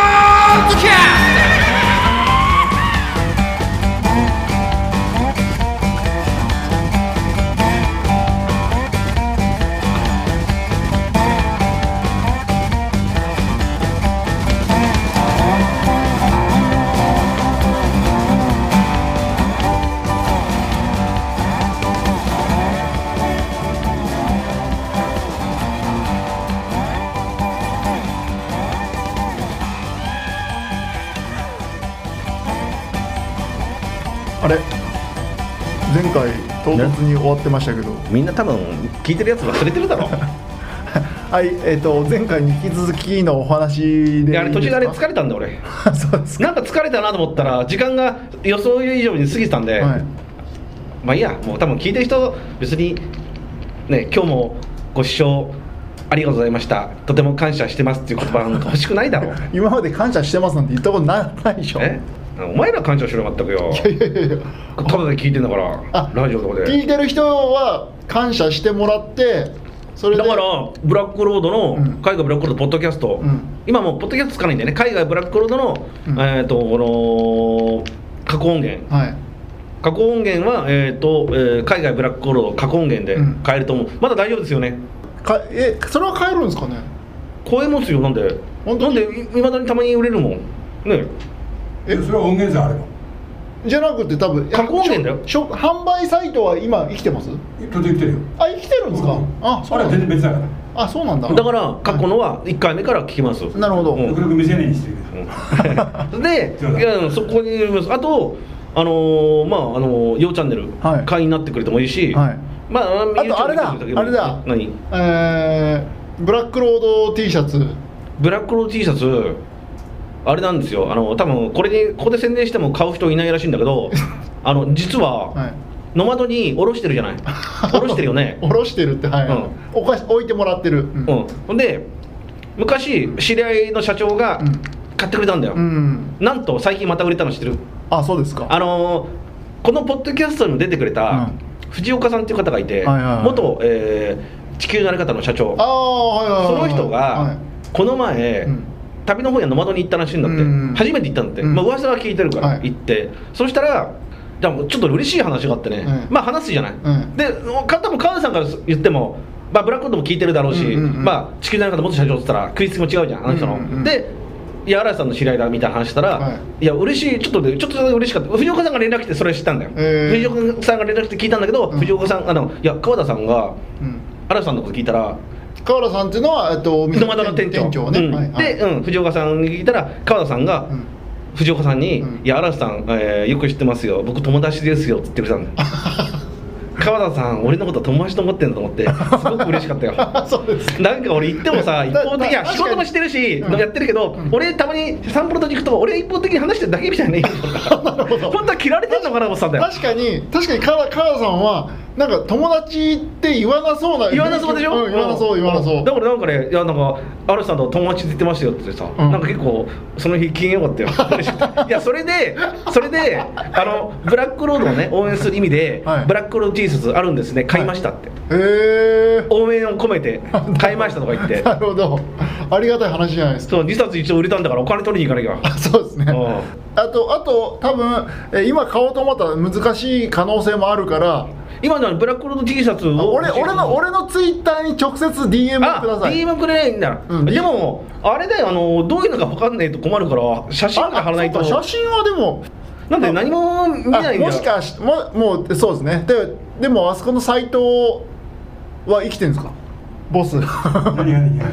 ッドキャスあれ前回唐突に終わってましたけどみんな多分聞いてるやつ忘れてる だろはいえっ、と前回に引き続きのお話いでやあれ途中であれれ疲れたんだ俺 そうですなんか疲れたなと思ったら時間が予想以上に過ぎてたんで、はいまあいいやもう多分聞いてる人別にね今日もご視聴ありがとうございましたとても感謝してますっていう言葉なんか欲しくな いだろう今まで感謝してますなんて言ったことなないでしょえお前ら感謝しろよ全くよいやいやいやただで聞いてんだからあラジオとか聞でいてる人は感謝してもらってそれでだからブラックロードの、うん海外ブラックロードポッドキャスト、うん今もうポッドキャストつかないんだよね海外ブラックロードの、うんえっ、とこの加工音源はい加工音源は、えーとえー海外ブラックロードの加工音源でうん変えると思う、まだ大丈夫ですよねかえそれは帰るんですかね声持つよなんで本な当んにでいまだにたまに売れるもんねえそれは音源さえあればじゃなくて多分加工音源だよしょ販売サイトは今生きてます途中来てるよあ生きてるんですか、あそうれなはん全だ然別だからあそうなんだだから過去のは1回目から聞きます、なるほど、うんよくよく未成年にしてるけどうんで冗談いやそこにいますあとあのーまああのー、ようチャンネル、はい会員になってくれてもいいし、はいまあああとあれだ、あ YouTube 見てくれてもだ、何えーブラックロード T シャツ、ブラックロード T シャツあれなんですよあの多分これにここで宣伝しても買う人いないらしいんだ けどあの実は、はい、ノマドに下ろしてるじゃない下ろしてるよ ねおろしてるって、はい、うんおかし置いてもらってる。うんうんほんで昔知り合いの社長がうん買ってくれたんだよ、うんなんと最近また売れたの知ってるあ、そうですか。あのーこのポッドキャストにも出てくれた藤岡さんっていう方がいて、はいはいはい元、えー地球のあり方の社長ああ、はいはいそはいはのい。人はがいこの前、うん旅の方やノマドに行ったらしいんだって、うん初めて行ったんだって、うんまあ噂は聞いてるから、はい行ってそしたらでもちょっと嬉しい話があってね、うんまあ話すじゃない、うんでか多分川田さんから言っても、まあ、ブラックコードも聞いてるだろうし、うんうんうんまあ、地球の中の元社長って言ったら食いつきも違うじゃんあの人の、うんうんうんでいや嵐さんの知り合いだみたいな話したら、、はいや嬉しいちょっとでちょっと嬉しかった藤岡さんが連絡来てそれ知ったんだよ、へー藤岡さんが連絡来て聞いたんだけど、うん藤岡さんあのいや川田さんがうん嵐さんのこと聞いたら河原さんっていうのは、えっと、お店ノマドの店長ね、うんはいはいで、うん、藤岡さんに聞いたら川田さんが、うん 藤岡さんに「うんいや嵐さん、えーよく知ってますよ僕友達ですよ」って言ってくれたん だよ川田さん俺のこと友達と思ってんだと思ってすごく嬉しかったよ あそうですなんか俺言ってもださ一方的にだは仕事もしてるし、うんやってるけど、俺たまに散歩と行くと俺一方的に話してるだけみたいな 本当は切られてんのかなと思ってたんだよ確かに確かに河原河原さんはなんか友達って言わなそうな言わなそうでしょ、ん言わなそう言わなそんだうからなんかねいやなんか嵐さんと友達って言ってましたよってさ、うんなんか結構その日機嫌よかったよ嬉しく ていやそれでそれであのブラックロードをね応援する意味で、はいブラックロード T シャツあるんですね買いましたって、へえ応援を込 めて買いましたとか言ってなるほどありがたい話じゃないですかそう2冊一応売れたんだからお金取りに行かなきゃあそうですねうんあとあと多分えー今買おうと思ったら難しい可能性もあるから今のはブラックロード T シャツあを俺俺の俺のツイッターに直接 DM あください DM くれないいんだ、うんでもあれだよあのどういうのか分かんないと困るから写真から貼らないとあそうか写真はでもなんで何も見ないんだあよもしかしももうそうですねででもあそこのサイトは生きてるんですかボ ス何が何が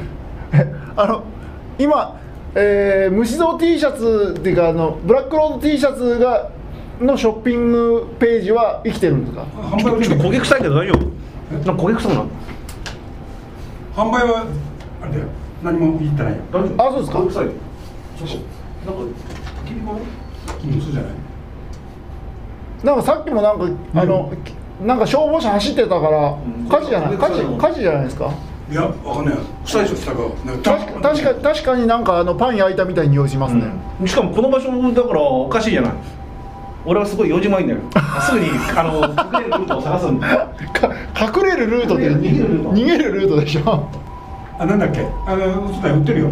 えあの今、えー、虫像 T シャツっていうかあのブラックロード T シャツがのショッピングページは生きてるんですか販ち売ょはっと焦げ臭いけど大丈え夫なんか焦げ臭くない販売はあれだよ何も言ってないよ大丈あそうですか臭いちょっとなんか切り込うんそうじゃないなんかさっきもなんか、あのきなんか消防車走ってたからん火事じゃないこ火れこれ事火事じゃないですかいやわかんない臭いでしょ下がなん確か確か確かになんかあのパン焼いたみたいに匂いしますね、うん、しかもこの場所だからおかしいじゃない俺はすごい用事もいんだよ すぐにあの隠れるルートを探すんだよか隠れるルートで逃げるルート逃げるルートでしょ あなんだっけあのそうだよ売ってるよ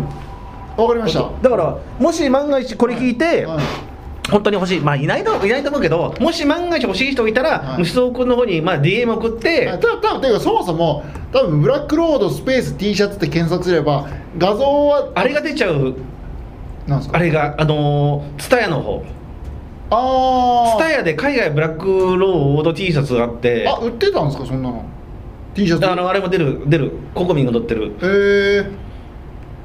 わかりましただからもし万が一これ聞いて、はい本当に欲しい、まあ、いないといないと思うけど、もし万が一欲しい人いたら、はい虫蔵君の方にまあ DM 送って、た多分ていうかそもそも多分ブラックロードスペース T シャツって検索すれば画像はあれが出ちゃう、なんですかあれが、あのー、ツタヤの方あツターヤで海外ブラックロード T シャツがあって、あ売ってたんですかそんなの T シャツあのあれも出る、出る、ココミンが載ってる、へ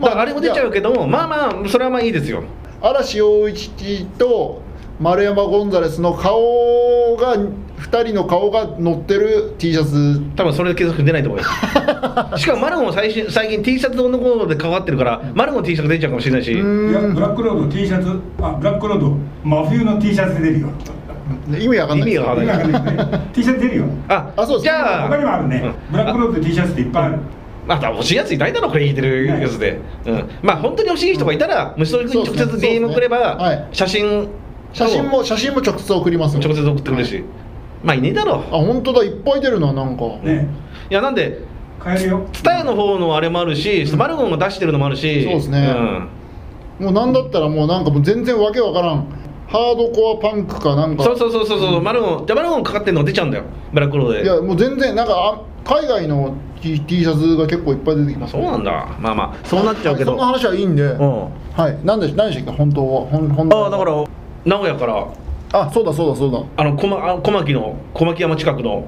えだからあれも出ちゃうけども、まあまあ、それはまあいいですよ。嵐陽一と丸山ゴンザレスの顔が2人の顔が載ってる T シャツ多分それで検索出ないと思いま すしかもマルゴンも最新最近 T シャツのことで変わってるからマルゴン T シャツ出ちゃうかもしれないし、ういやブーラックロード T シャツあブラックロード真冬の T シャツ出るよん意味わかんない意味わかんない今からですね T シャツ出るよああそうですじゃあ他にもあるねうんブラックロード T シャツっていっぱいあるまた欲しいやついないだろこれ引いてるやつで、うん、まあ本当に欲しい人がいたら虫取り君に直そうで接すね DM そうくれですねはばい写真と写真も写真も直接送りますよ直接送ってくれるしまあいねえだろあ本当だいっぱい出るななんかねいやなんで買えるよ TSUTAYA の方のあれもあるし、マルゴンが出してるのもあるしそうですねんもうなんだったらもうなんかもう全然わけわからんハードコアパンクかなんかそうそうそうそうそう、マルゴンじゃあマルゴンかかってるのが出ちゃうんだよブラックロードでやもう全然なんかあ海外の T, T シャツが結構いっぱい出てきまあ、ますそうなんだまあまあそうなっちゃうけど、はいそんな話はいいんで、うんはい何で何でしたっけ本当は本本当ああだから名古屋からあそうだそうだそうだあの小まあ小牧の小牧山近くの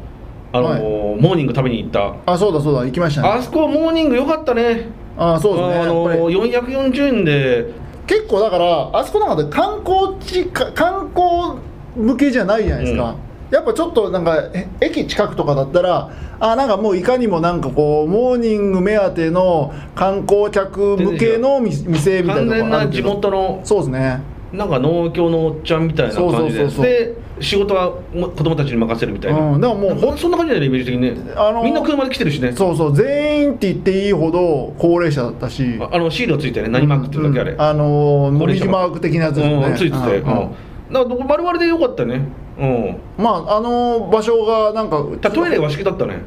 あのーはいモーニング食べに行った、あそうだそうだ行きましたねあそこモーニング良かったねあそうですねあのやっぱりー440円で結構だからあそこなんかで観光地か観光向けじゃないじゃないですか、やっぱちょっとなんかえ駅近くとかだったらあなんかもういかにもなんかこうモーニング目当ての観光客向けのみ店みたい完なと全こあなるけ地ど元のそうですねなんか農協のおっちゃんみたいな感じでそうそうそうそうで仕事はも子供たちに任せるみたいな、うんでももうほんそんな感じだよねイメージ的にね、あのーみんな車で来てるしねそうそう全員って言っていいほど高齢者だったしああのシールをついてね何マークってるだけあれ、うんあのー高も齢み者じマーク的なやつですよね、うんついてて、うん、だうんから僕丸々で良かったねうんまああの場所がなんかたトイレ和式だったね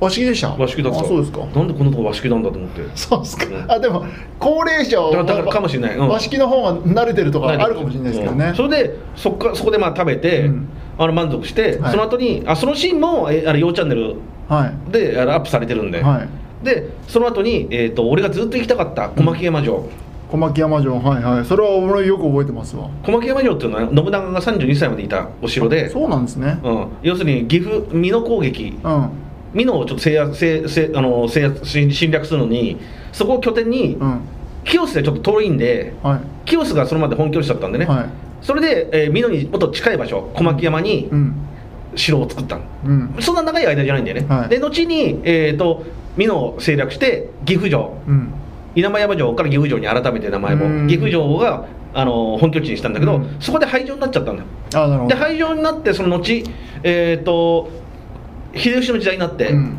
和式でした和式だったあそうですかなんでこのとこ和式なんだと思ってそうですか、あでも高齢者はだからだからかもしれないうん和式の方が慣れてるとかあるかもしれないですけどね、うんそれでそこそこでまあ食べて、うんあの満足して、はいその後にあそのシーンもえあれ「ようチャンネルはい」であのアップされてるんで、はいでその後にえっ、と俺がずっと行きたかった小牧山城、小牧山城はいはいそれは俺よく覚えてますわ小牧山城っていうのは信長が32歳までいたお城でそうなんですねう、ん、要するに岐阜美濃攻撃うん美濃をちょっと制圧制制あの制圧侵侵略するのにそこを拠点に、うん清須でちょっと遠いんではい、清須がそれまで本拠地だったんでね、はいそれで、えー美濃にもっと近い場所小牧山にうん城を作ったの、うんそんな長い間じゃないんだよね、はいで後に、えー、と美濃を制略して岐阜城うん稲葉山城から岐阜城に改めて名前うんも岐阜城があの本拠地にしたんだけど、うんそこで廃城になっちゃったんだよあなるほでど廃城になってその後、えー、と秀吉の時代になって、うん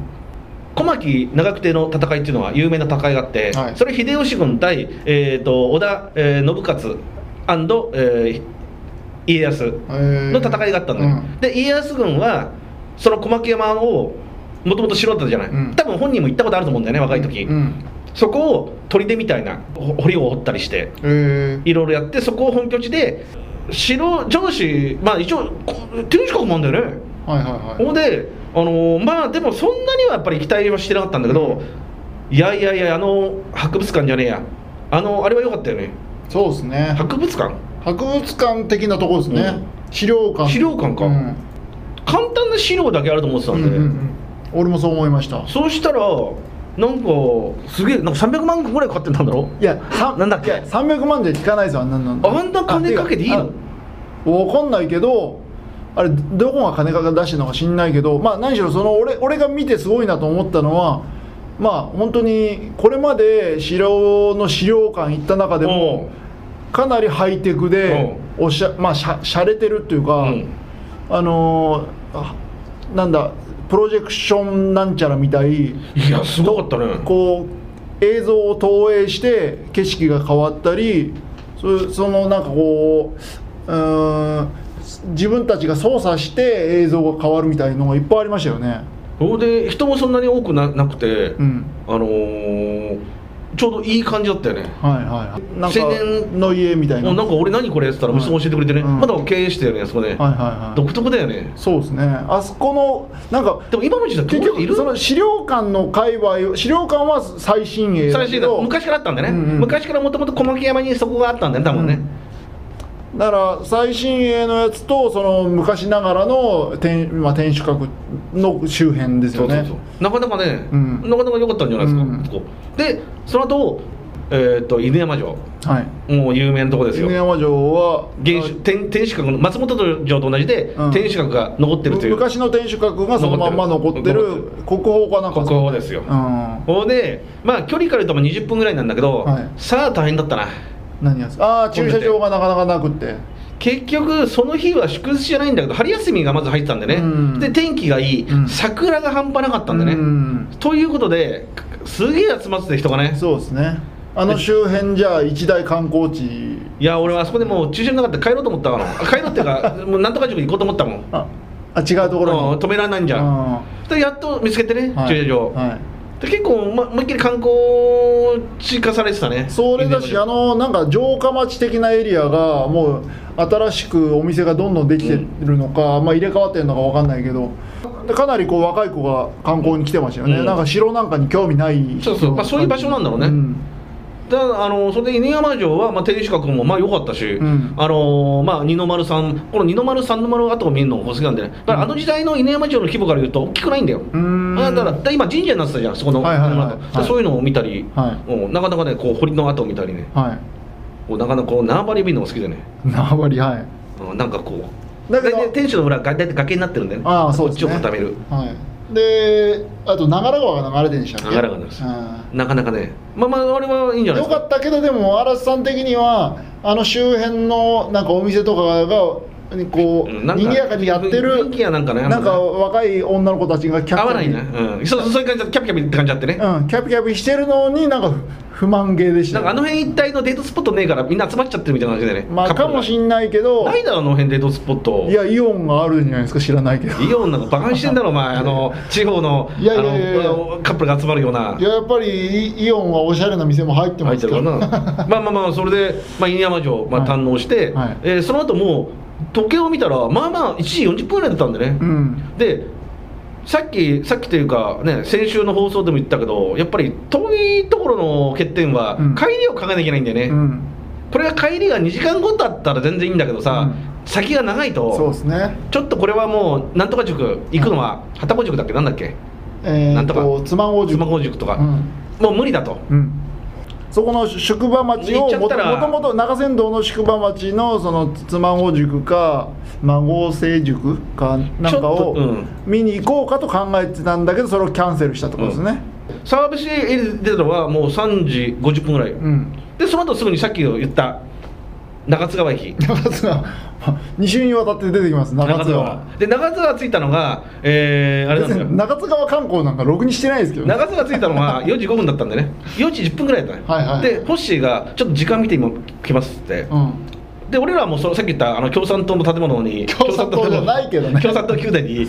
小牧長久手の戦いっていうのは有名な戦いがあって、はいそれ秀吉軍対、えー、と織田、えー信勝、and えー家康の戦いがあったんだよ、うんで家康軍はその小牧山をもともと城だったじゃない、うん多分本人も行ったことあると思うんだよね若い時、うんそこを砦みたいなほ堀を掘ったりしてえいろいろやってそこを本拠地で城城主まあ一応こ天守閣もあるんだよねー、はいはいはいほんで、あのーまあでもそんなにはやっぱり期待はしてなかったんだけど、いやいやいやあの博物館じゃねえやあのあれは良かったよねそうですね博物館博物館的なところですね、うん資料館資料館かうん簡単な資料だけあると思ってたうんんで、うんうん俺もそう思いましたそうしたらなんかすげえなんか300万ぐらい買ってたんだろいや、さなんだっけいや300万じゃ効かないですよ、あんなんなんあんな金かけていいのあわかんないけど、あれ、どこが金か出してるのか知んないけど、まあ、何しろその俺俺が見てすごいなと思ったのは、まあ、本当にこれまで城の資料館行った中でも、かなりハイテクで、おしゃまあ、しゃしゃれてるっていううか、んあのーあなんだ、プロジェクションなんちゃらみたい。いやすごかったねこう映像を投影して景色が変わったりそそのなんかこううーん自分たちが操作して映像が変わるみたいのがいっぱいありましたよね。それで人もそんなに多くななくて、うんあのーちょうどいい感じだったよねはいはいなん青年かの家みたいなもうなんか俺何これやってたらはい息子教えてくれてね、うんまだ経営してたよねあそこね、はいはいはい独特だよねそうですねあそこのなんかでも今の時代結友達いる局その資料館の界隈を資料館は最新鋭だ最け新だど昔からあったんだよね、うんうん昔からもともと小牧山にそこがあったんだよね多分ね、うんだから最新鋭のやつとその昔ながらの天,、まあ、天守閣の周辺ですそようそうねそうなかなかね、うんなかなか良かったんじゃないですか、うんそこでその後、えー、と犬山城はいもう有名なとこですよ犬山城は原種天天守閣の松本城と同じで、うん天守閣が残ってるという昔の天守閣がそのまんま残って残る国宝かなんか国宝ですよ、うんここでまあ距離から言うともう20分ぐらいなんだけど、はいさあ大変だったな何やつああ駐車場がなかなかなくって結局その日は祝日じゃないんだけど春休みがまず入ってたんでね、うんで天気がいい、うん桜が半端なかったんでね、うんということですげえ集まってた人がねそうですねあの周辺じゃあ一大観光地いや俺はあそこでもう駐車場なかったら帰ろうと思ったから帰ろうっていうか もうなんとか塾行こうと思ったもんああ違うところうんに止められないんじゃんでやっと見つけてね、うんはい駐車場、はいで結構、ま、思いっきり観光地化されてたねそれだしあのなんか城下町的なエリアがもう新しくお店がどんどんできてるのか、まあ入れ替わってるのかわかんないけどでかなりこう若い子が観光に来てましたよね、うんなんか城なんかに興味ないそうそうまあそういう場所なんだろうねだからあのそれで犬山城は、まあ、天守閣もまあ良かったし、うんあのーまあ、二の丸さんこの二の丸三の丸の後を見るのが好きなんでねだからあの時代の犬山城の規模から言うと大きくないんだようんあだからだから今神社になってたじゃんそこの、はいはいはいだからそういうのを見たり、はうんなかなかねこう堀の跡を見たりねはこうなかなかこう縄張り見るのが好きでね、い縄張りはいうんなんかこうだけど大体天守の裏が大体崖になってるんだよねああそうですねこっちを固めるはいであと長良川が流れてるんでしたっけ長良川ですうんなかなかねまあまああれはいいんじゃない良ですかかったけどでも嵐さん的にはあの周辺のなんかお店とかがこううんなんか賑やかにやってる雰囲気やなんかねなんか若い女の子たちがキャ合ピわキャないピね、うん、そうそうそういう感じだキャピキャピって感じあってね、うんキャピキャピしてるのになんか不満げでしなたんかあの辺一帯のデートスポットねえからみんな集まっちゃってるみたいな感じでねまあかもしんんないけどないだろあの辺デートスポットいやイオンがあるんじゃないですか知らないけどイオンなんかバカにしてんだろ お前あの地方のいやいやいやいやあのカップルが集まるようないややっぱりイイオンはおしゃれな店も入ってま入ってするかからなまあまあまあそれで、まあ、犬山城、まあ、はい堪能して、はいえーその後もう時計を見たらまあまあ1時40分ぐらいだったんでね、うんでさっきさっきというかね先週の放送でも言ったけどやっぱり遠いところの欠点はうん帰りを考えなきゃいけないんだよね、うんこれが帰りが2時間後だったら全然いいんだけどさ、う先が長いそうとですねちょっとこれはもうなんとか塾行くのは旗子塾だっけなんだっけえなーんっとかと妻王子妻子塾とか、うんもう無理だとうん、そこの宿場町行っをちゃっもたとらもともと中山道の宿場町のその妻王塾か孫生塾かなんかちょっをとうん見に行こうかと考えてたんだけどそれをキャンセルしたところですね、サービスエリアで出たのはもう3時50分ぐらい、うんでその後すぐにさっき言った中津川駅中津川2週にわたって出てきます中津川で中津川着いたのがえー、あれなん別 ですよに中津川観光なんかろくにしてないですけどね長津が着いたの が4時5分だったんでね4時10分ぐらいだったね、はいはいでホッシーが「ちょっと時間見て今来ます」って、うんで俺らはもうそのさっき言ったあの共産党の建物に 共産党じゃないけどね共産党宮殿 に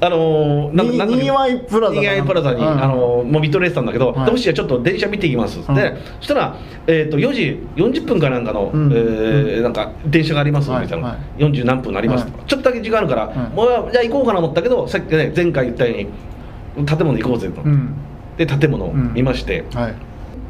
あのーにだっけにぎわいプラザにぎわいプラザに、うんあのーもう見とれてたんだけど、はいでホッシーはちょっと電車見ていきます」って、うんそしたら、えー、と4時40分かなんかの、うんえーなんか電車がありますみはいたいな、はい40何分あります、はいちょっとだけ時間あるから、うんもうじゃあ行こうかなと思ったけどさっきね前回言ったように建物行こうぜと。うんで建物を見まして、はい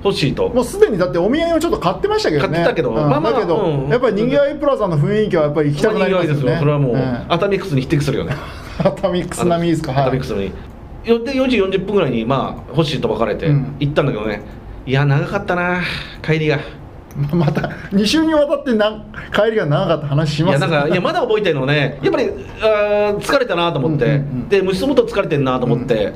欲しいともうすでにだってお土産をちょっと買ってましたけどね買ってたけどうんまあまあだけど、うんやっぱりにぎわいプラザの雰囲気はやっぱり行きたくなりますよこれはねそれはもう、ん熱海クスに匹敵するよね熱海くすなみですか、熱は海いク、スによって4時40分ぐらいにまあ欲しいと別れてうん行ったんだけどね、いや長かったな帰りがまた2週にわたってな帰りが長かった話しいまやすなんかいやまだ覚えてるのねやっぱりあー疲れたなと思って、うんうんうんで虫ともと疲れてんなと思って、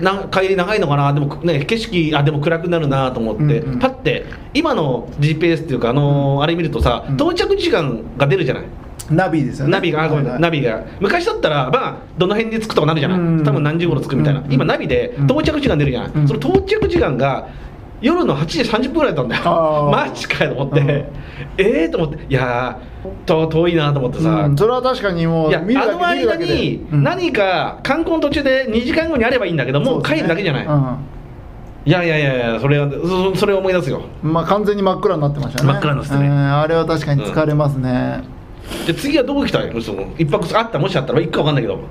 な帰り長いのかなでもね景色あでも暗くなるなと思って、うんうんパッて今の GPS っていうかあのーあれ見るとさ、うん到着時間が出るじゃないナビですよねナビが、あごめんナビビが昔だったらまあどの辺に着くとかなるじゃない、うん多分何時頃着くみたいな、うん今ナビでうん到着時間出るじゃない、うんその到着時間が夜の8時30分ぐらいだったんだよあーマジかよと思って、うんええと思っていやーと遠いなと思ってさ、うん、それは確かにもういいやあ見るだけ見のる間だけでに何か観光の途中で2時間後にあればいいんだけどもう帰るだけじゃない、うんいやいやいやいやそれはそそれを思い出すよまあ完全に真っ暗になってましたね真っ暗になってたねうんあれは確かに疲れますね、で次はどこ行きたいその一泊あったもしあったら行くか分かんないけど行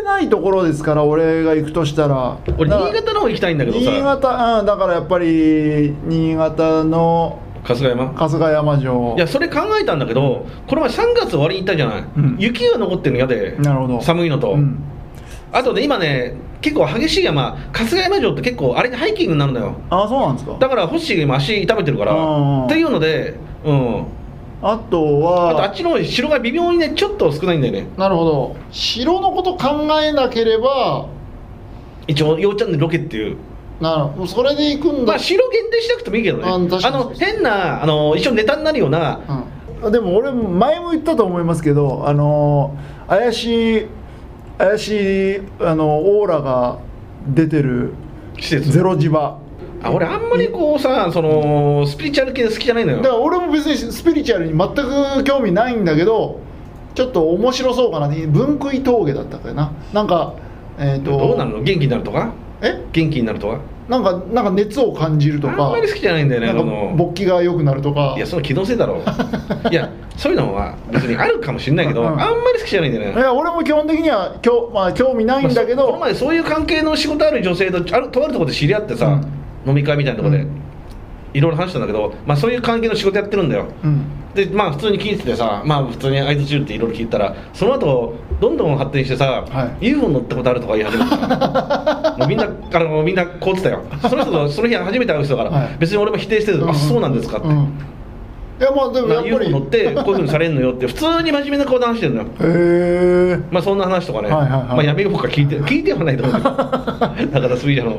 ってないところですから俺が行くとしたら俺だから新潟の方行きたいんだけどさ新潟うんだからやっぱり新潟の春日山春日山城いやそれ考えたんだけどこれは3月終わりに行ったじゃない、うん雪が残ってるの嫌でなるほど寒いのと、うんあとね今ね結構激しい山春日山城って結構あれでハイキングになるのよあそうなんですかだからホッシーが今足痛めてるうかんらっていうのでうんあとはあとあっちの方に城が微妙にねちょっと少ないんだよねなるほど城のこと考えなければ一応ようちゃんでロケっていうなるそれで行くんまだ、あ城限定しなくてもいいけどねああ確かにの変なあの一応ネタになるようなうん、でも俺前も言ったと思いますけどあのー怪しい怪しいあのオーラが出てる施設ゼロ地場あ俺あんまりこうさそのスピリチュアル系好きじゃないのだかよら俺も別にスピリチュアルに全く興味ないんだけどちょっと面白そうかなって文食い峠だったかななんかえっ、とどうなるの元気になるとかえ元気になるとかなんかなんか熱を感じるとかあんまり好きじゃないんだよねなんかその勃起が良くなるとかいやその気のせい だろいやそういうのは別にあるかもしれないけど、うんあんまり好きじゃないんだよいねや俺も基本的にはきょ、まあ、興味ないんだけまあど、そこの前そういう関係の仕事ある女性とあるとあるところで知り合ってさ、う飲み会みたいなところで、うんいろいろ話したんだけど、まあ、そういう関係の仕事やってるんだようん、でまあ普通に聞いててさまあ普通に相づち打っていろいろ聞いたらその後どんどん発展してさ、は UFO 乗ったことあるとか言い始めて さもうみんなあのみんなこうってたよその人とその日初めて会う人だから、はい別に俺も否定してる、あそうなんですかって、うんいやまあでもまやあ、っぱ UFO り、乗ってこういうふうにされるのよって普通に真面目な顔で話してるのよへえまあそんな話とかね、はいはいはいまあ闇ごっか聞いて聞いてはな いと思うけどだからスピーチャルの、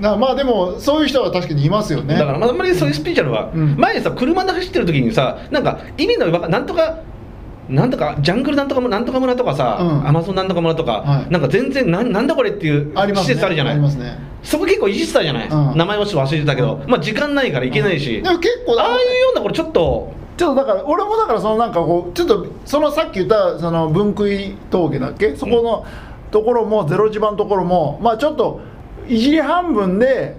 なまあでもそういう人は確かにいますよねだからまああんまりそういうスピーチャルは、うん前さ車で走ってる時にさなんか意味のわかなんとかなんとかジャングルなんとかもなんとか村とかさ、うんアマゾンなんとか村とか、はいなんか全然なんなんだこれっていうありま施すね設あるじゃなあい、りますねそこ結構いじってたじゃない、うん名前はちょっと忘れてたけど、まあ時間ないから行けないでし、も結構ああいうようなこれちょっとちょっとだから俺もだからそのなんかこうちょっとそのさっき言ったその文食い峠だっけそこのところもゼロ地盤のところもまあちょっといじり半分で、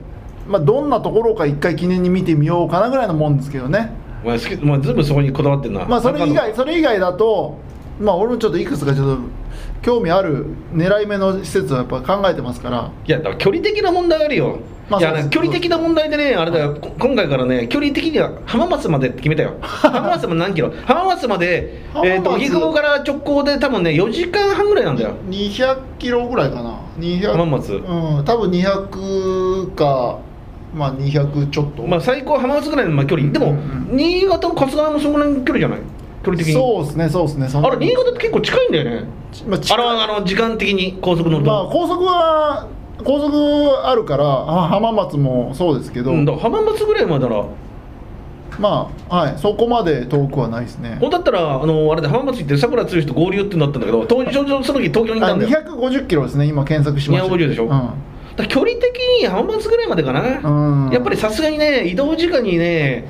まあ、どんなところか一回記念に見てみようかなぐらいのもんですけどねお前好きお前ずいぶんそこにこだわってんなまあそれ以外それ以外だとまあ俺もちょっといくつかちょっと興味ある狙い目の施設はやっぱ考えてますからいやだから距離的な問題あるよ、まあいやそうですね距離的な問題でねあれだよ、こ今回からね距離的には浜松までって決めたよ 浜松まで何キロ浜松まで浜松えーと荻窪から直行で多分ね4時間半ぐらいなんだよ200キロぐらいかな200浜松うん多分200かまあ200ちょっとまあ最高浜松ぐらいのまあ距離でも、うん新潟も春日もそのぐらいの距離じゃない距離的にそうですねそうですねそんなあれ新潟って結構近いんだよねまああ近いれはあの時間的に高速乗ると、まあ高速は高速あるからあ浜松もそうですけど、うんだから浜松ぐらいまでならまあはいそこまで遠くはないですね本当だったらあのあれで浜松行ってさくら剛と合流ってなったんだけど当時そのその時東京にいあたんだよ250キロですね今検索しました250でしょうん、だから距離的に浜松ぐらいまでかな、うんやっぱりさすがにね移動時間にね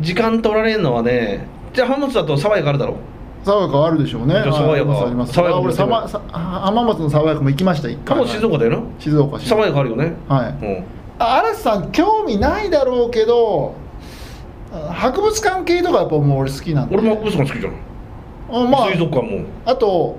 時間取られるのはねじゃあ浜松だと爽やかあるだろ爽やかあるでしょうねじゃあ爽やかはいありますあ爽りやますかあ俺さまさ浜松の爽やかも行きました一うか回も静岡だよな、静岡市爽やかあるよね、はいうんあ嵐さん興味ないだろうけどあ博物館系とかやっぱもう俺好きなんで俺も博物館好きじゃん、うんまあ水族館も、あと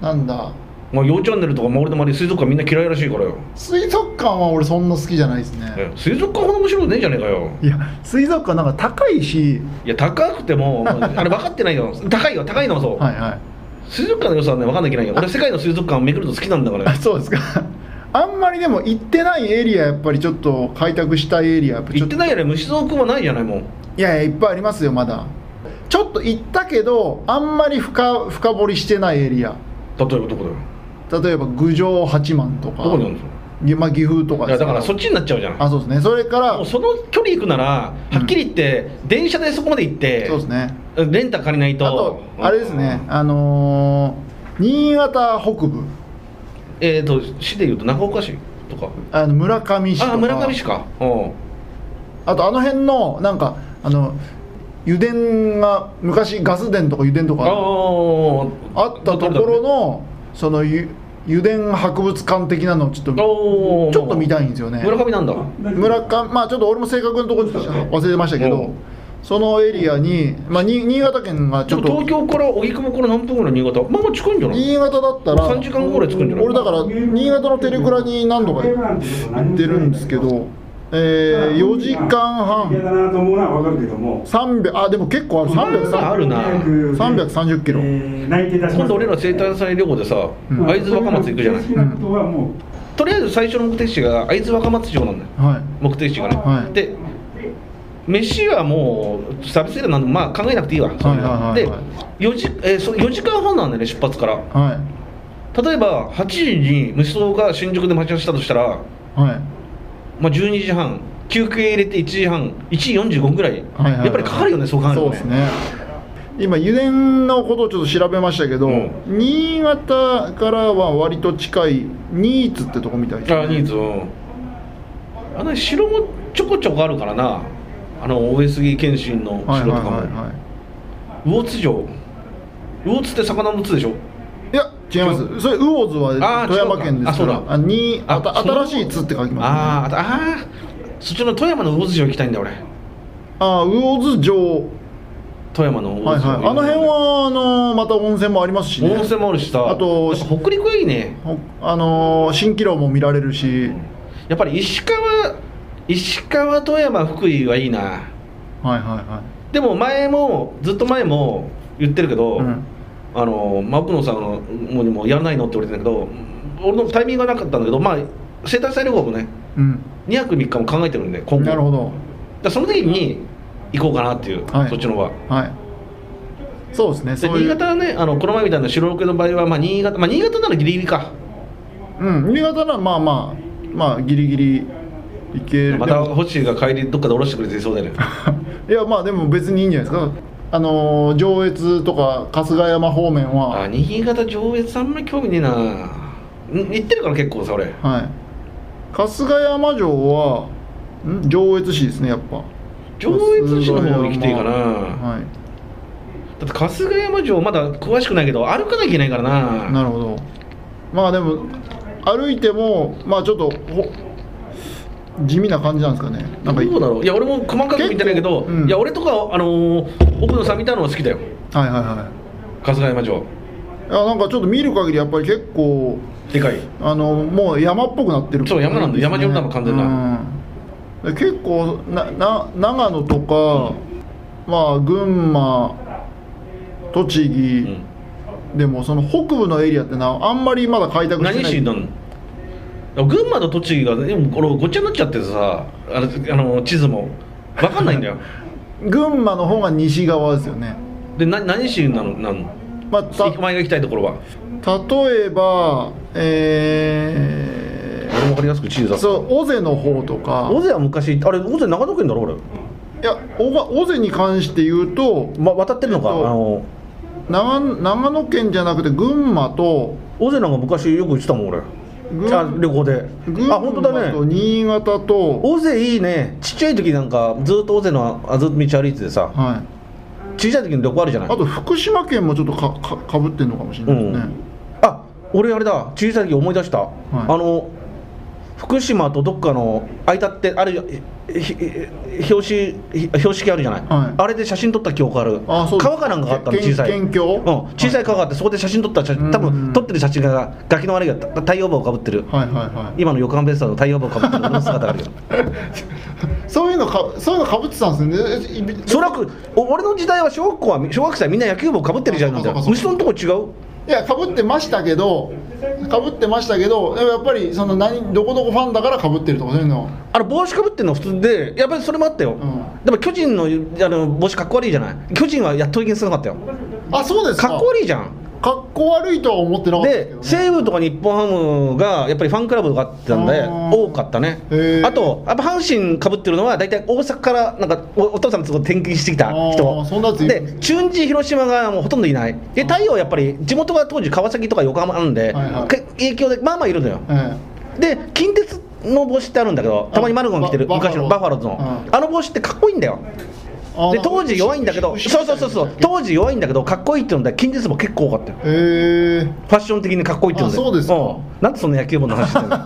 なんだまあ、幼チャンネルとか周りの周り水族館みんな嫌いらしいからよ、水族館は俺そんな好きじゃないですねね水族館ほど面白いねえじゃねえかよいや水族館なんか高いしいや高くてもあれ分かってないよ高いよ高いのもそう、はいはい水族館の良さはね分かんなきゃいけないよ俺世界の水族館を巡るの好きなんだからあそうですかあんまりでも行ってないエリアやっぱりちょっと開拓したいエリアやっぱち行ょっとてないよね虫蔵君はないじゃないもういやいやいっぱいありますよまだちょっと行ったけどあんまり深深掘りしてないエリア例えばどこだよ例えば郡上八幡とかどこにあるのぎまあ岐阜とかいやだからそっちちになっちゃうじゃんあそうですねそれからもうその距離行くならはっきり言って、電車でそこまで行ってそうですねレンタ借りないとあとあれですねあのー新潟北部えっ、と市でいうと長岡市とかあの村上市とかあ村上市かうんあとあの辺のなんかあの油田が昔ガス田とか油田とあかーあったところのそのゆ油田博物館的なのをちょっとおーちょっと見たいんですよね村上なんだ村上まあちょっと俺も正確なとこ忘れましたけうどんそのエリアに,、まあ、に新潟県がちちょょっっと東と京から荻窪から何分ぐらい新潟まあまあ近いんじゃない新潟だったら3時間ぐらい着くんじゃない俺だから新潟のテレクラに何度か行ってるんですけど、えー、4時間嫌だ半なと思うのはわかるけども300あでも結構あるあ330るな330キロえー内定出します今度俺ら生誕祭旅行でさうん会津若松行くじゃない正式なことはもうとりあえず最初の目的地が会津若松城なんだよは目的地がね、はいで飯はもうサービスエリアなんでまあ考えなくていいわ、そんなはいはいはいはいで 4, 時えー、そ4時間半なんだよね出発からいは例えば8時に無双が新宿で待ち合わせしたとしたら、いはいまあ、12時半休憩入れて1時半1時45分ぐらい,、はいはいはいやっぱりかかるよねそう考えるとそうですね今油田のことをちょっと調べましたけど、うん新潟からは割と近い新津ってとこみたいです、ね、あニーズうんあの城もちょこちょこあるからなあの大江杉謙信のはい城はいとはかも、いはい魚津城魚津って魚の津でしょいや違います。それ魚津あはー富山県ですか違うら。かあそうだあにあたあそ新うしい津って書きますね。あーああーそっちの富山の魚津城行きたいんだよ俺ああ魚津城。富山の魚はい津はい。城、あの辺はあのーまた温泉もありますしね。温泉もあるしさあとやっぱ北陸はいいねほあのー蜃気楼も見られるし。やっぱり石川石川富山福井はいいなはいはいはでも前もずっと前も言ってるけど、うんあのマクノさんのもにもやらないのって言われてんだけど俺のタイミングがなかったんだけどまあ生誕祭旅行もねい。うん。 2泊3日も考えてるんで今後なるほど。だからその時に行こうかなっていう、はいそっちの方は。はい。そうですね。でそうい新う潟はねあのこの前みたいな白ロケの場合は、まあ、新潟まあ新潟ならギリギリかうん新潟ならまあまあまあギリギリ行ける。また星が帰りどっかで降ろしてくれていそうだよねいやまあでも別にいいんじゃないですか。あのー上越とか春日山方面あは。新潟上越あんまり興味ねえなん行ってるから結構さ俺はい。春日山城は、ん上越市ですね、やっぱ。上越市の方に来ていいかな、は。だって春日山城まだ詳しくないけど歩かなきゃいけないからないなるほど。まあでも、歩いても、まあちょっと、ほ地味な感じなんですかね。なんかどうだろういや俺も細かく見てないけど、結構うんいや俺とかあのー奥野さん見たのは好きだよはいはいは春日山城い。いやなんかちょっと見る限りやっぱり結構でかいあのもう山っぽくなってるそう山なんだですね山城だもん完全なうんで結構なな長野とか、まあ群馬栃木、うんでもその北部のエリアってなあんまりまだ開拓してない何市なの群馬と栃木がでもこれごっちゃになっちゃってさあのあの地図も分かんないんだよ群馬の方が西側ですよねでな何市なのなのまあたお前が行きたいところは例えばえ俺も分かりやすく地図ー、だそう尾瀬の方とか尾瀬は昔あれ尾瀬長野県だろ俺、いや尾が尾瀬に関して言うとま、渡ってるのか、えっとあの長長野県じゃなくて群馬と尾瀬なんか昔よく行ってたもん俺群あ旅行で群あ本当馬だとね新潟と、尾瀬いいねちっちゃい時なんかずっと尾瀬のあずっと道歩いててさはい、ちっちゃい時の旅行あるじゃないあと福島県もちょっとかかかぶってんのかもしれないですね、あ俺あれだ小さい時思い出した、あの福島とどっかの間ってあるひひ標識ひ標識あるじゃない、はいあれで写真撮った記憶あるあそうです川かなんかがあったのけん小さい県境うん、小さい川があってそこで写真撮った写うんうん多分撮ってる写真がガキの悪いがた太陽帽をかぶってるはいはいはい今の横浜ベイスターズの太陽帽をかぶってる俺の姿 があるよそういうのかそういうのかぶってたんですよねえいそらくお俺の時代は小学校は小学生はみんな野球帽かぶってるじゃんあそうかそうか虫のとこ違ういやかぶってましたけどかぶってましたけどでもやっぱりその何どこどこファンだからかぶってるとかそういうのあの帽子かぶってるの普通でやっぱりそれもあったよ、んでも巨人のあの帽子かっこ悪いじゃない巨人はやっといけすなかったよあそうですかかっこ悪いじゃんかっこ悪いとは思ってなかったですけでど、ね、西武とか日本ハムがやっぱりファンクラブがあったんであー多かったねへーあとやっぱ阪神かぶってるのは大体大阪からなんかおお父さんのとこ転勤してきたあー人そんなやついるで中日広島がもうほとんどいないで太陽はやっぱり地元が当時川崎とか横浜なんで、はいはいけ影響でまあまあいるのよ、えで近鉄の帽子ってあるんだけどたまにマルゴン着てるバ昔のババフファロァローーズの、うあの帽子ってかっこいいんだよえああでの当時弱いんだけど牛そうそうそうそう牛みたいな当時弱いんだけどかっこいいっていうので近日も結構多かったよへえファッション的にかっこいいっていうのであそうですかんなんでそんな野球部の話してんの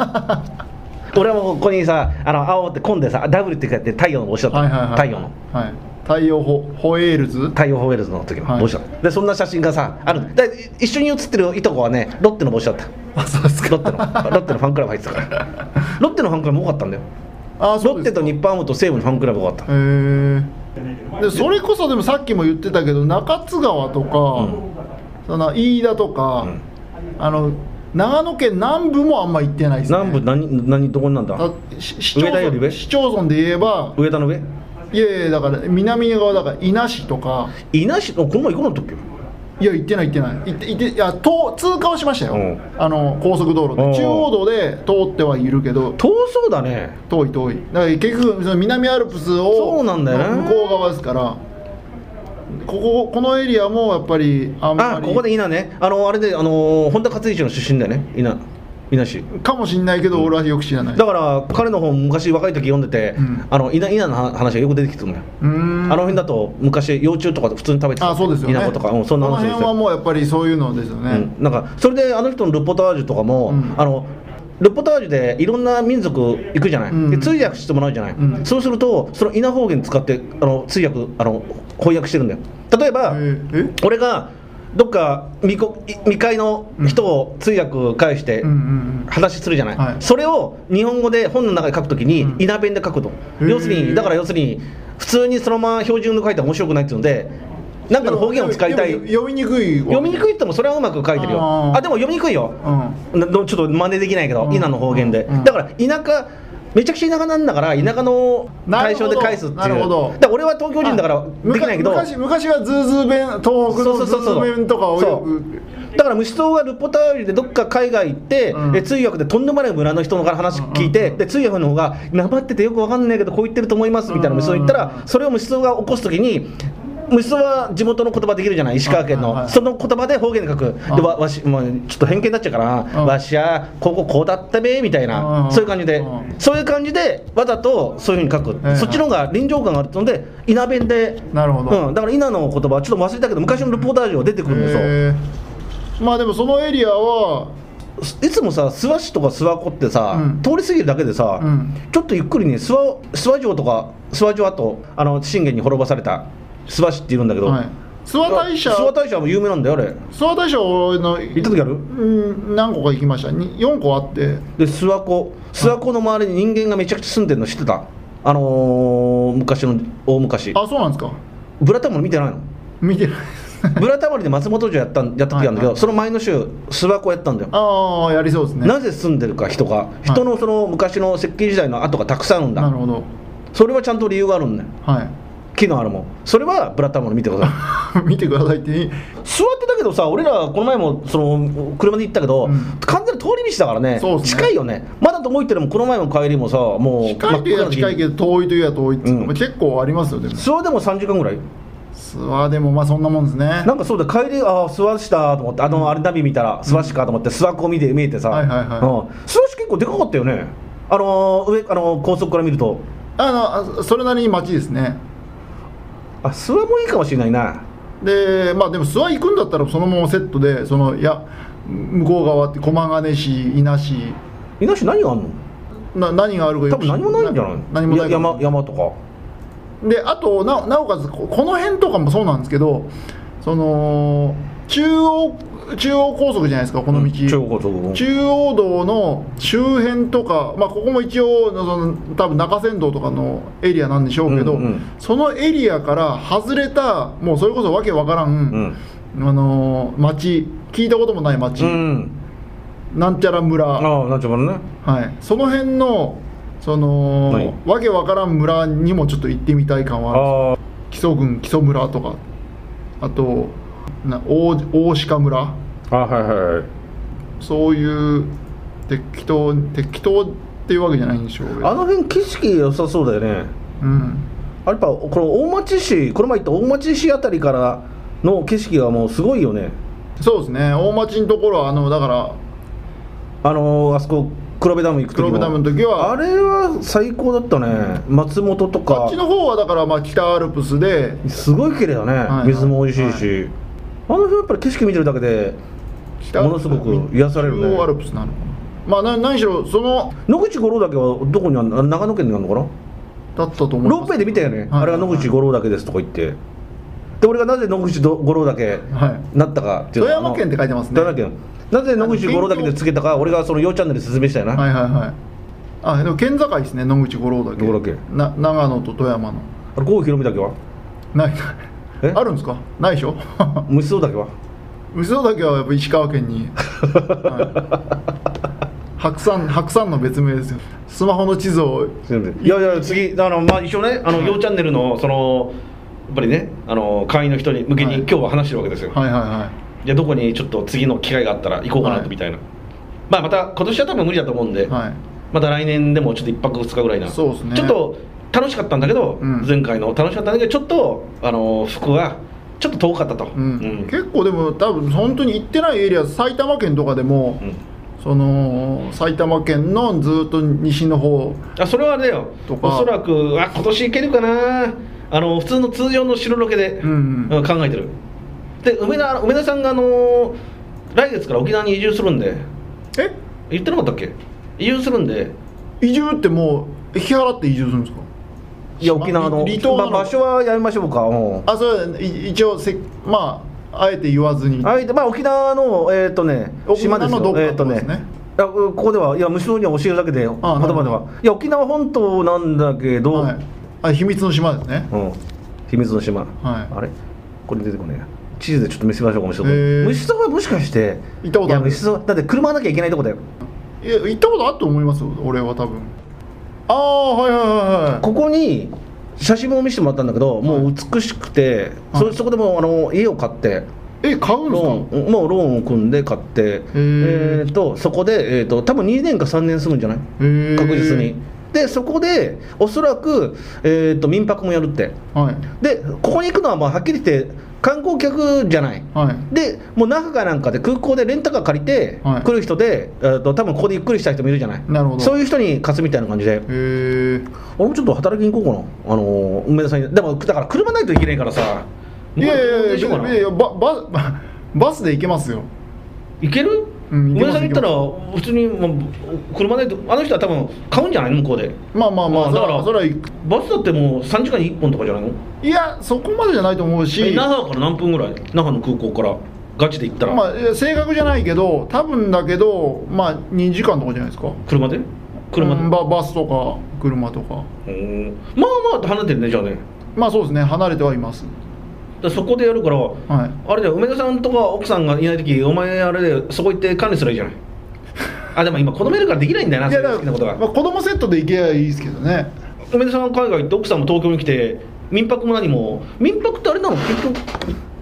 俺はもうここにさあの青って混んでさ W って書いて太陽の帽子だった、はいはいはい太陽のはい太陽ホホエールズ太陽ホエールズの時の帽子だった、でそんな写真がさあるで一緒に写ってるいとこはねロッテの帽子だったあそうですロッテのロッテのファンクラブ入ってたから ロッテのファンクラブ多かったんだよあロッテすと日本ハムと西武のファンクラブが多かったへえでそれこそでもさっきも言ってたけど中津川とか、その飯田とか、うんあの長野県南部もあんま行ってないですね南部何何どこになんだたし市町上田より村上市町村で言えば上田の上いやいやだから南側だから伊那市とか稲市のこの前行こうなったっけいや行ってない行ってない行って行っていやと通過はしましたよ、うんあの高速道路でうん中央道で通ってはいるけど遠そうだね遠い遠いだから結局その南アルプスをそうなんだよね向こう側ですからこここのエリアもやっぱりあんまりあここで稲ねあのあれであの本田勝一の出身だよね稲稲市かもしんないけど俺はよく知らないだから彼の本昔若い時読んでて、うんあの稲稲の話がよく出てきてるのようーんあの辺だと昔幼虫とか普通に食べてたあそうですよね稲子とか、うん、そんなこの話で辺すはよ、もうやっぱりそういうのですよね、うん、なんかそれであの人のルポタージュとかも、うんあのルポタージュでいろんな民族行くじゃない、うんで通訳してもらうじゃない、うんそうするとその稲方言使ってあの通訳あの翻訳してるんだよ例えば、ええ俺がどっか未こい未開の人を通訳返してうんうんうん話するじゃない、はいそれを日本語で本の中で書くときにうん稲弁で書くと、へー要するにだから要するに普通にそのまま標準で書いたら面白くないっていうのでなんかの方言を使いたいでも読みにくい読みにくい、いってもそれはうまく書いてるよああーでも読みにくいようん、などちょっと真似できないけど、うん稲の方言で、うんだから田舎めちゃくちゃ田舎なんだから田舎の対象で返すっていうなるほどだから俺は東京人だからできないけど昔昔はズーズー弁東北そのうズそうそうそうーズー弁とかをよくだから虫党がルポタージュでどっか海外行って、うんえ通訳でとんでもない村の人のから話聞いて、で通訳の方が「なまっててよくわかんないけどこう言ってると思います」みたいな虫党言ったら、うんそれを虫党が起こす時に虫党は地元の言葉できるじゃない石川県の、はいはいその言葉で方言で書くあでわわし、まあ、ちょっと偏見になっちゃうから、うんわしはこここうだったべみたいな、うんそういう感じで、うんそういう感じでわざとそういうふうに書く、はいそっちの方が臨場感があるってのでいな弁で。なるほど、うん、だから稲の言葉ちょっと忘れたけど昔のルポータージュは出てくるんですよ、へーまあでもそのエリアは、いつもさ諏訪市とか諏訪湖ってさ、うん通り過ぎるだけでさ、うんちょっとゆっくりね諏訪諏訪城とか諏訪城跡あの信玄に滅ぼされた諏訪市っていうんだけど、はい、諏訪大社諏訪大社も有名なんだよあれ行諏訪大社をのった時あるうん何個か行きましたに4個あってで諏訪湖諏訪湖の周りに人間がめちゃくちゃ住んでるの知ってたあのー昔の大昔あそうなんですかブラタモリ見てないの見 てないブラタモリで松本城やったんやった時なんだけど、はいはいその前の週諏訪湖やったんだよああやりそうですねなぜ住んでるか人がい人のその昔の石器時代の跡がたくさんあるんだ、なるほどそれはちゃんと理由があるんだよはい 木のあるもんそれはブラタモリ見てください見てくださいって座ってたけどさ俺らこの前もその車で行ったけど、うん完全に通り道だからねそうっすね近いよねまだと思いってるもこの前も帰りもさもう近いといえば近いけどど遠いといえば遠いっていうのもうん結構ありますよでも諏訪でも3時間ぐらい諏訪でもまあそんなもんですねなんかそうだ帰りああ諏訪市だと思ってあのあれナビ見たら諏訪市かと思って諏訪湖見て見えてさ、はいはいはいうん諏訪市結構でかかったよねあのー上あのー高速から見るとあのあそれなりに街ですねあ諏訪もいいかもしれないなでまあでも諏訪行くんだったらそのままセットでそのいや向こう側って駒ヶ根市伊那市伊那市何があんなの何があるか多よく分何もないんじゃない何もないや山山とかであとななおかつここの辺とかもそうなんですけどその中央中央高速じゃないですかこの道、中央高速中央道の周辺とか、まあ、ここも一応その多分中山道とかのエリアなんでしょうけど、うんうんそのエリアから外れたもうそれこそわけわからん、あのー町聞いたこともない町、うんなんちゃら村、はああ、なんちゃらね。い、その辺のそのわけわからん村にもちょっと行ってみたい感はあるんですよあ木曽あ、郡木曽村とかあとな大大鹿村あはいはいはい。そういう適当適当っていうわけじゃないんでしょうけどあの辺景色良さそうだよね。うんあれやっぱこの大町市、この前行った大町市あたりからの景色がもうすごいよね。そうですね大町のところはあのだからあのーあそこ黒部ダム行く時も黒部ダムの時はあれは最高だったね松本とこかっちの方はだからまあ北アルプスですごい綺麗だね、はい水も美味しいし、あの日やっぱり景色見てるだけで北アルもプのスすごく癒されるね中央アルプスなのかなまあな何しろその野口五郎岳はどこにあるの長野県にあるのかなだったと思いますロッペで見たよね、はいあれが野口五郎岳ですとか言ってで俺がなぜ野口五郎岳はいなったかっていうのは富山県って書いてますね富山県なぜ野口五郎岳でつけたか俺がその「ようチャンネル」で説明したよな、はいはいはいあでも県境ですね野口五郎岳五郎岳な長野と富山のあれ郷ひろみ岳はないなえいあるんですかないでしょ 無数岳は嘘岳はやっぱ石川県に、はい白山白山の別名ですよスマホの地図をいやいや次あのまあ一応ね「あのようチャンネルの」そのやっぱりねあの会員の人に向けにはい今日は話してるわけですよ、はいはいはいやどこにちょっと次の機会があったら行こうかなはといみたいな、まあまた今年は多分無理だと思うんいで、はいまた来年でもちょっと1泊2日ぐらいなそうですねちょっと楽しかったんだけど、うん前回の楽しかったんだけどちょっとあの服はちょっと遠かったと、うんうん結構でも多分本当に行ってないエリア埼玉県とかでも、うんその埼玉県のずっと西の方あそれはあれだよとかおそらくあ今年行けるかなあの普通の通常の白ロケで、うんうんうん考えてるで梅田梅田さんがあの来月から沖縄に移住するんでえ言ってなかったっけ移住するんで移住ってもう引き払って移住するんですかいや沖縄の離島なのまあ場所はやりましょうかもうあそれい一応せまああえて言わずにはい、でまあ、沖縄の、えーとね、沖島縄でのすどよっかえーとってことですねいやここでは、いや、無償には教えるだけで、言あ葉でなるほは、いや、沖縄本島なんだけど、はい、あ秘密の島ですねうん、秘密の島、あれ、これ出てこねえ、地図でちょっと見せましょうか、もしれないへー虫そばもしかして、行ったことあるいや虫そばだって車がなきゃいけないとこだよ、いや行ったことあると思いますよ俺は多分ああはいはいはいはいここに写真も見せてもらったんだけど、もう美しくて、はいそそこでもうあの家を買って。え買うんでロすかーンもうローンを組んで買って、えーー、とそこで、えー、と多分2年か3年住むんじゃないへー確実にでそこでおそらく、えー、と民泊もやるってはいでここに行くのはまあはっきり言って観光客じゃないはいでもう那覇かなんかで空港でレンタカー借りてはい来る人で、えー、と多分ここでゆっくりした人もいるじゃないなるほどそういう人に貸すみたいな感じでへえ俺もちょっと働きに行こうかなあのー梅田さんにでもだから車ないといけないからさいやいやいやどうしようかないやいやババ バスで行けますよ行ける、うん行け梅ま田すさん行ったら普通にもう車であの人は多分買うんじゃないの向こうでまあまあまああそだれからはそれは行くバスだってもう3時間に1本とかじゃないのいやそこまでじゃないと思うえし那覇から何分ぐらい那覇の空港からガチで行ったら、まあいや正確じゃないけど多分だけどまあ2時間とかじゃないですか車で車で、うんババスとか車とかおーまあまあ離れてるねじゃあねだかまあそうですね離れてはいますらそこでやるからはいあれだよ梅田さんとか奥さんがいない時お前あれでそこ行って管理すればいいじゃないあでも今子供いるからできないんだよないそやういうだか好きなことら、がまあ、子供セットで行けばいいですけどね梅田さんは海外行って奥さんも東京に来て民泊も何も民泊ってあれなの結局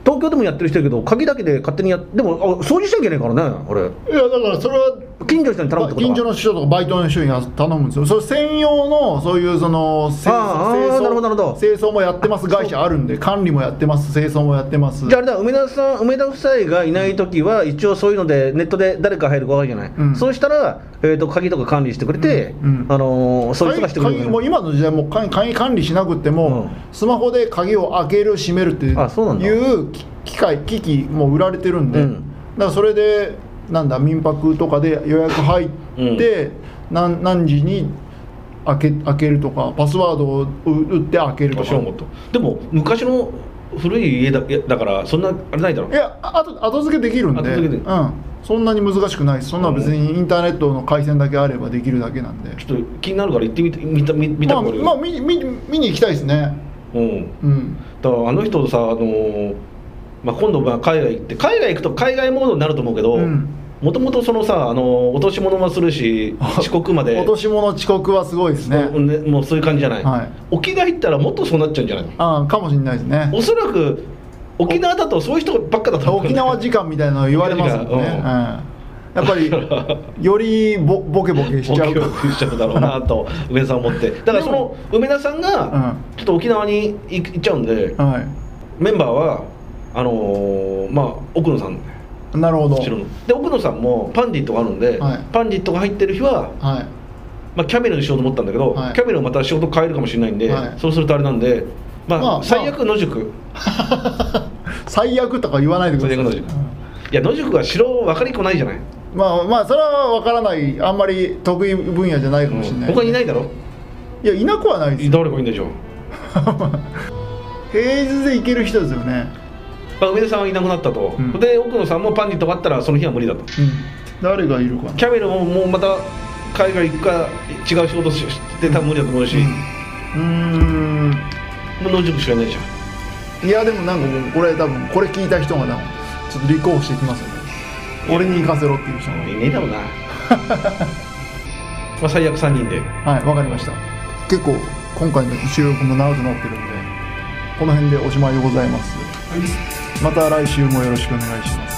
東京でもやってる人いるけど鍵だけで勝手にやっでもあ掃除しちゃいけないからねあれいやだからそれは近所の人に頼むってこと近所のの人とかバイトの人に頼むんですよそれ専用のそういうその清あーあーなるほどなるほど清掃もやってます会社あるんで管理もやってます清掃もやってますじゃああれだ梅田さん梅田夫妻がいない時は一応そういうのでネットで誰か入るかわかるじゃない、うんそうしたら、えー、と鍵とか管理してくれて、うんうんあのーそういう人鍵がしてくれる鍵よねもう今の時代もう鍵鍵管理しなくても、うんスマホで鍵を開ける閉めるっていうあそうなんだいう機機械機器も売られてるんで、うだんからそれでなんだ民泊とかで予約入って、なん何時に開け開けるとかパスワードを打打って開けると場か所を持っとでも昔の古い家だいやだからそんなあれないだろいやあ後後付けできるんで後付けでうん、そんなに難しくないですそんな別にインターネットの回線だけあればできるだけなんで、ちょっと気になるから行ってみて見た見見たまあ、ことあるよまあ、見見見に行きたいですねうんうんだからあの人さ、あのーまあ、今度まあ海外行って海外行くと海外モードになると思うけどうんもともとそのさ、あのー落とし物もす るし遅刻まで落とし物遅刻はすごいですねもうねもうそういう感じじゃない、はい沖縄行ったらもっとそうなっちゃうんじゃないのああかもしれないですねおそらく沖縄だとそういう人ばっかだと思う沖 縄時間みたいなの言われますもんね、うん、沖やっぱりよりボボケボケし沖ちゃ縄う行っちゃうだろうなと梅田さん思ってだからその梅田さんがちょっと沖縄に行行っちゃうんで、うんはいメンバーはあのーまあ奥野さんなるほど白ので奥野さんもパンディットがあるんで、はいパンディットが入ってる日は、はいまあ、キャメルにしようと思ったんだけど、はいキャメルまた仕事変えるかもしれないんで、はいそうするとあれなんで、まあまあ最悪野宿、最悪とか言わないでください最悪の時間いや野宿は城分かりっこないじゃない、まあまあそれは分からないあんまり得意分野じゃないかもしれない、他にいないだろいやいなくはないですよ誰がいいんでしょう、 平日で行ける人ですよねまあ、梅田さんはいなくなったと、うんで奥野さんもパンディットがあったらその日は無理だとうん誰がいるかなキャメルももうまた海外行くか違う仕事して多分無理だと思うし、うんうもう野宿しかいないじゃんーんいやでもなんかもうこれ多分これ聞いた人が多分ちょっと立候補してきますよね俺に行かせろっていう人がいねえだろ うなまあ最悪3人ではいわかりました結構今回の収録も長くなってるんでこの辺でおしまいでございますまた来週もよろしくお願いします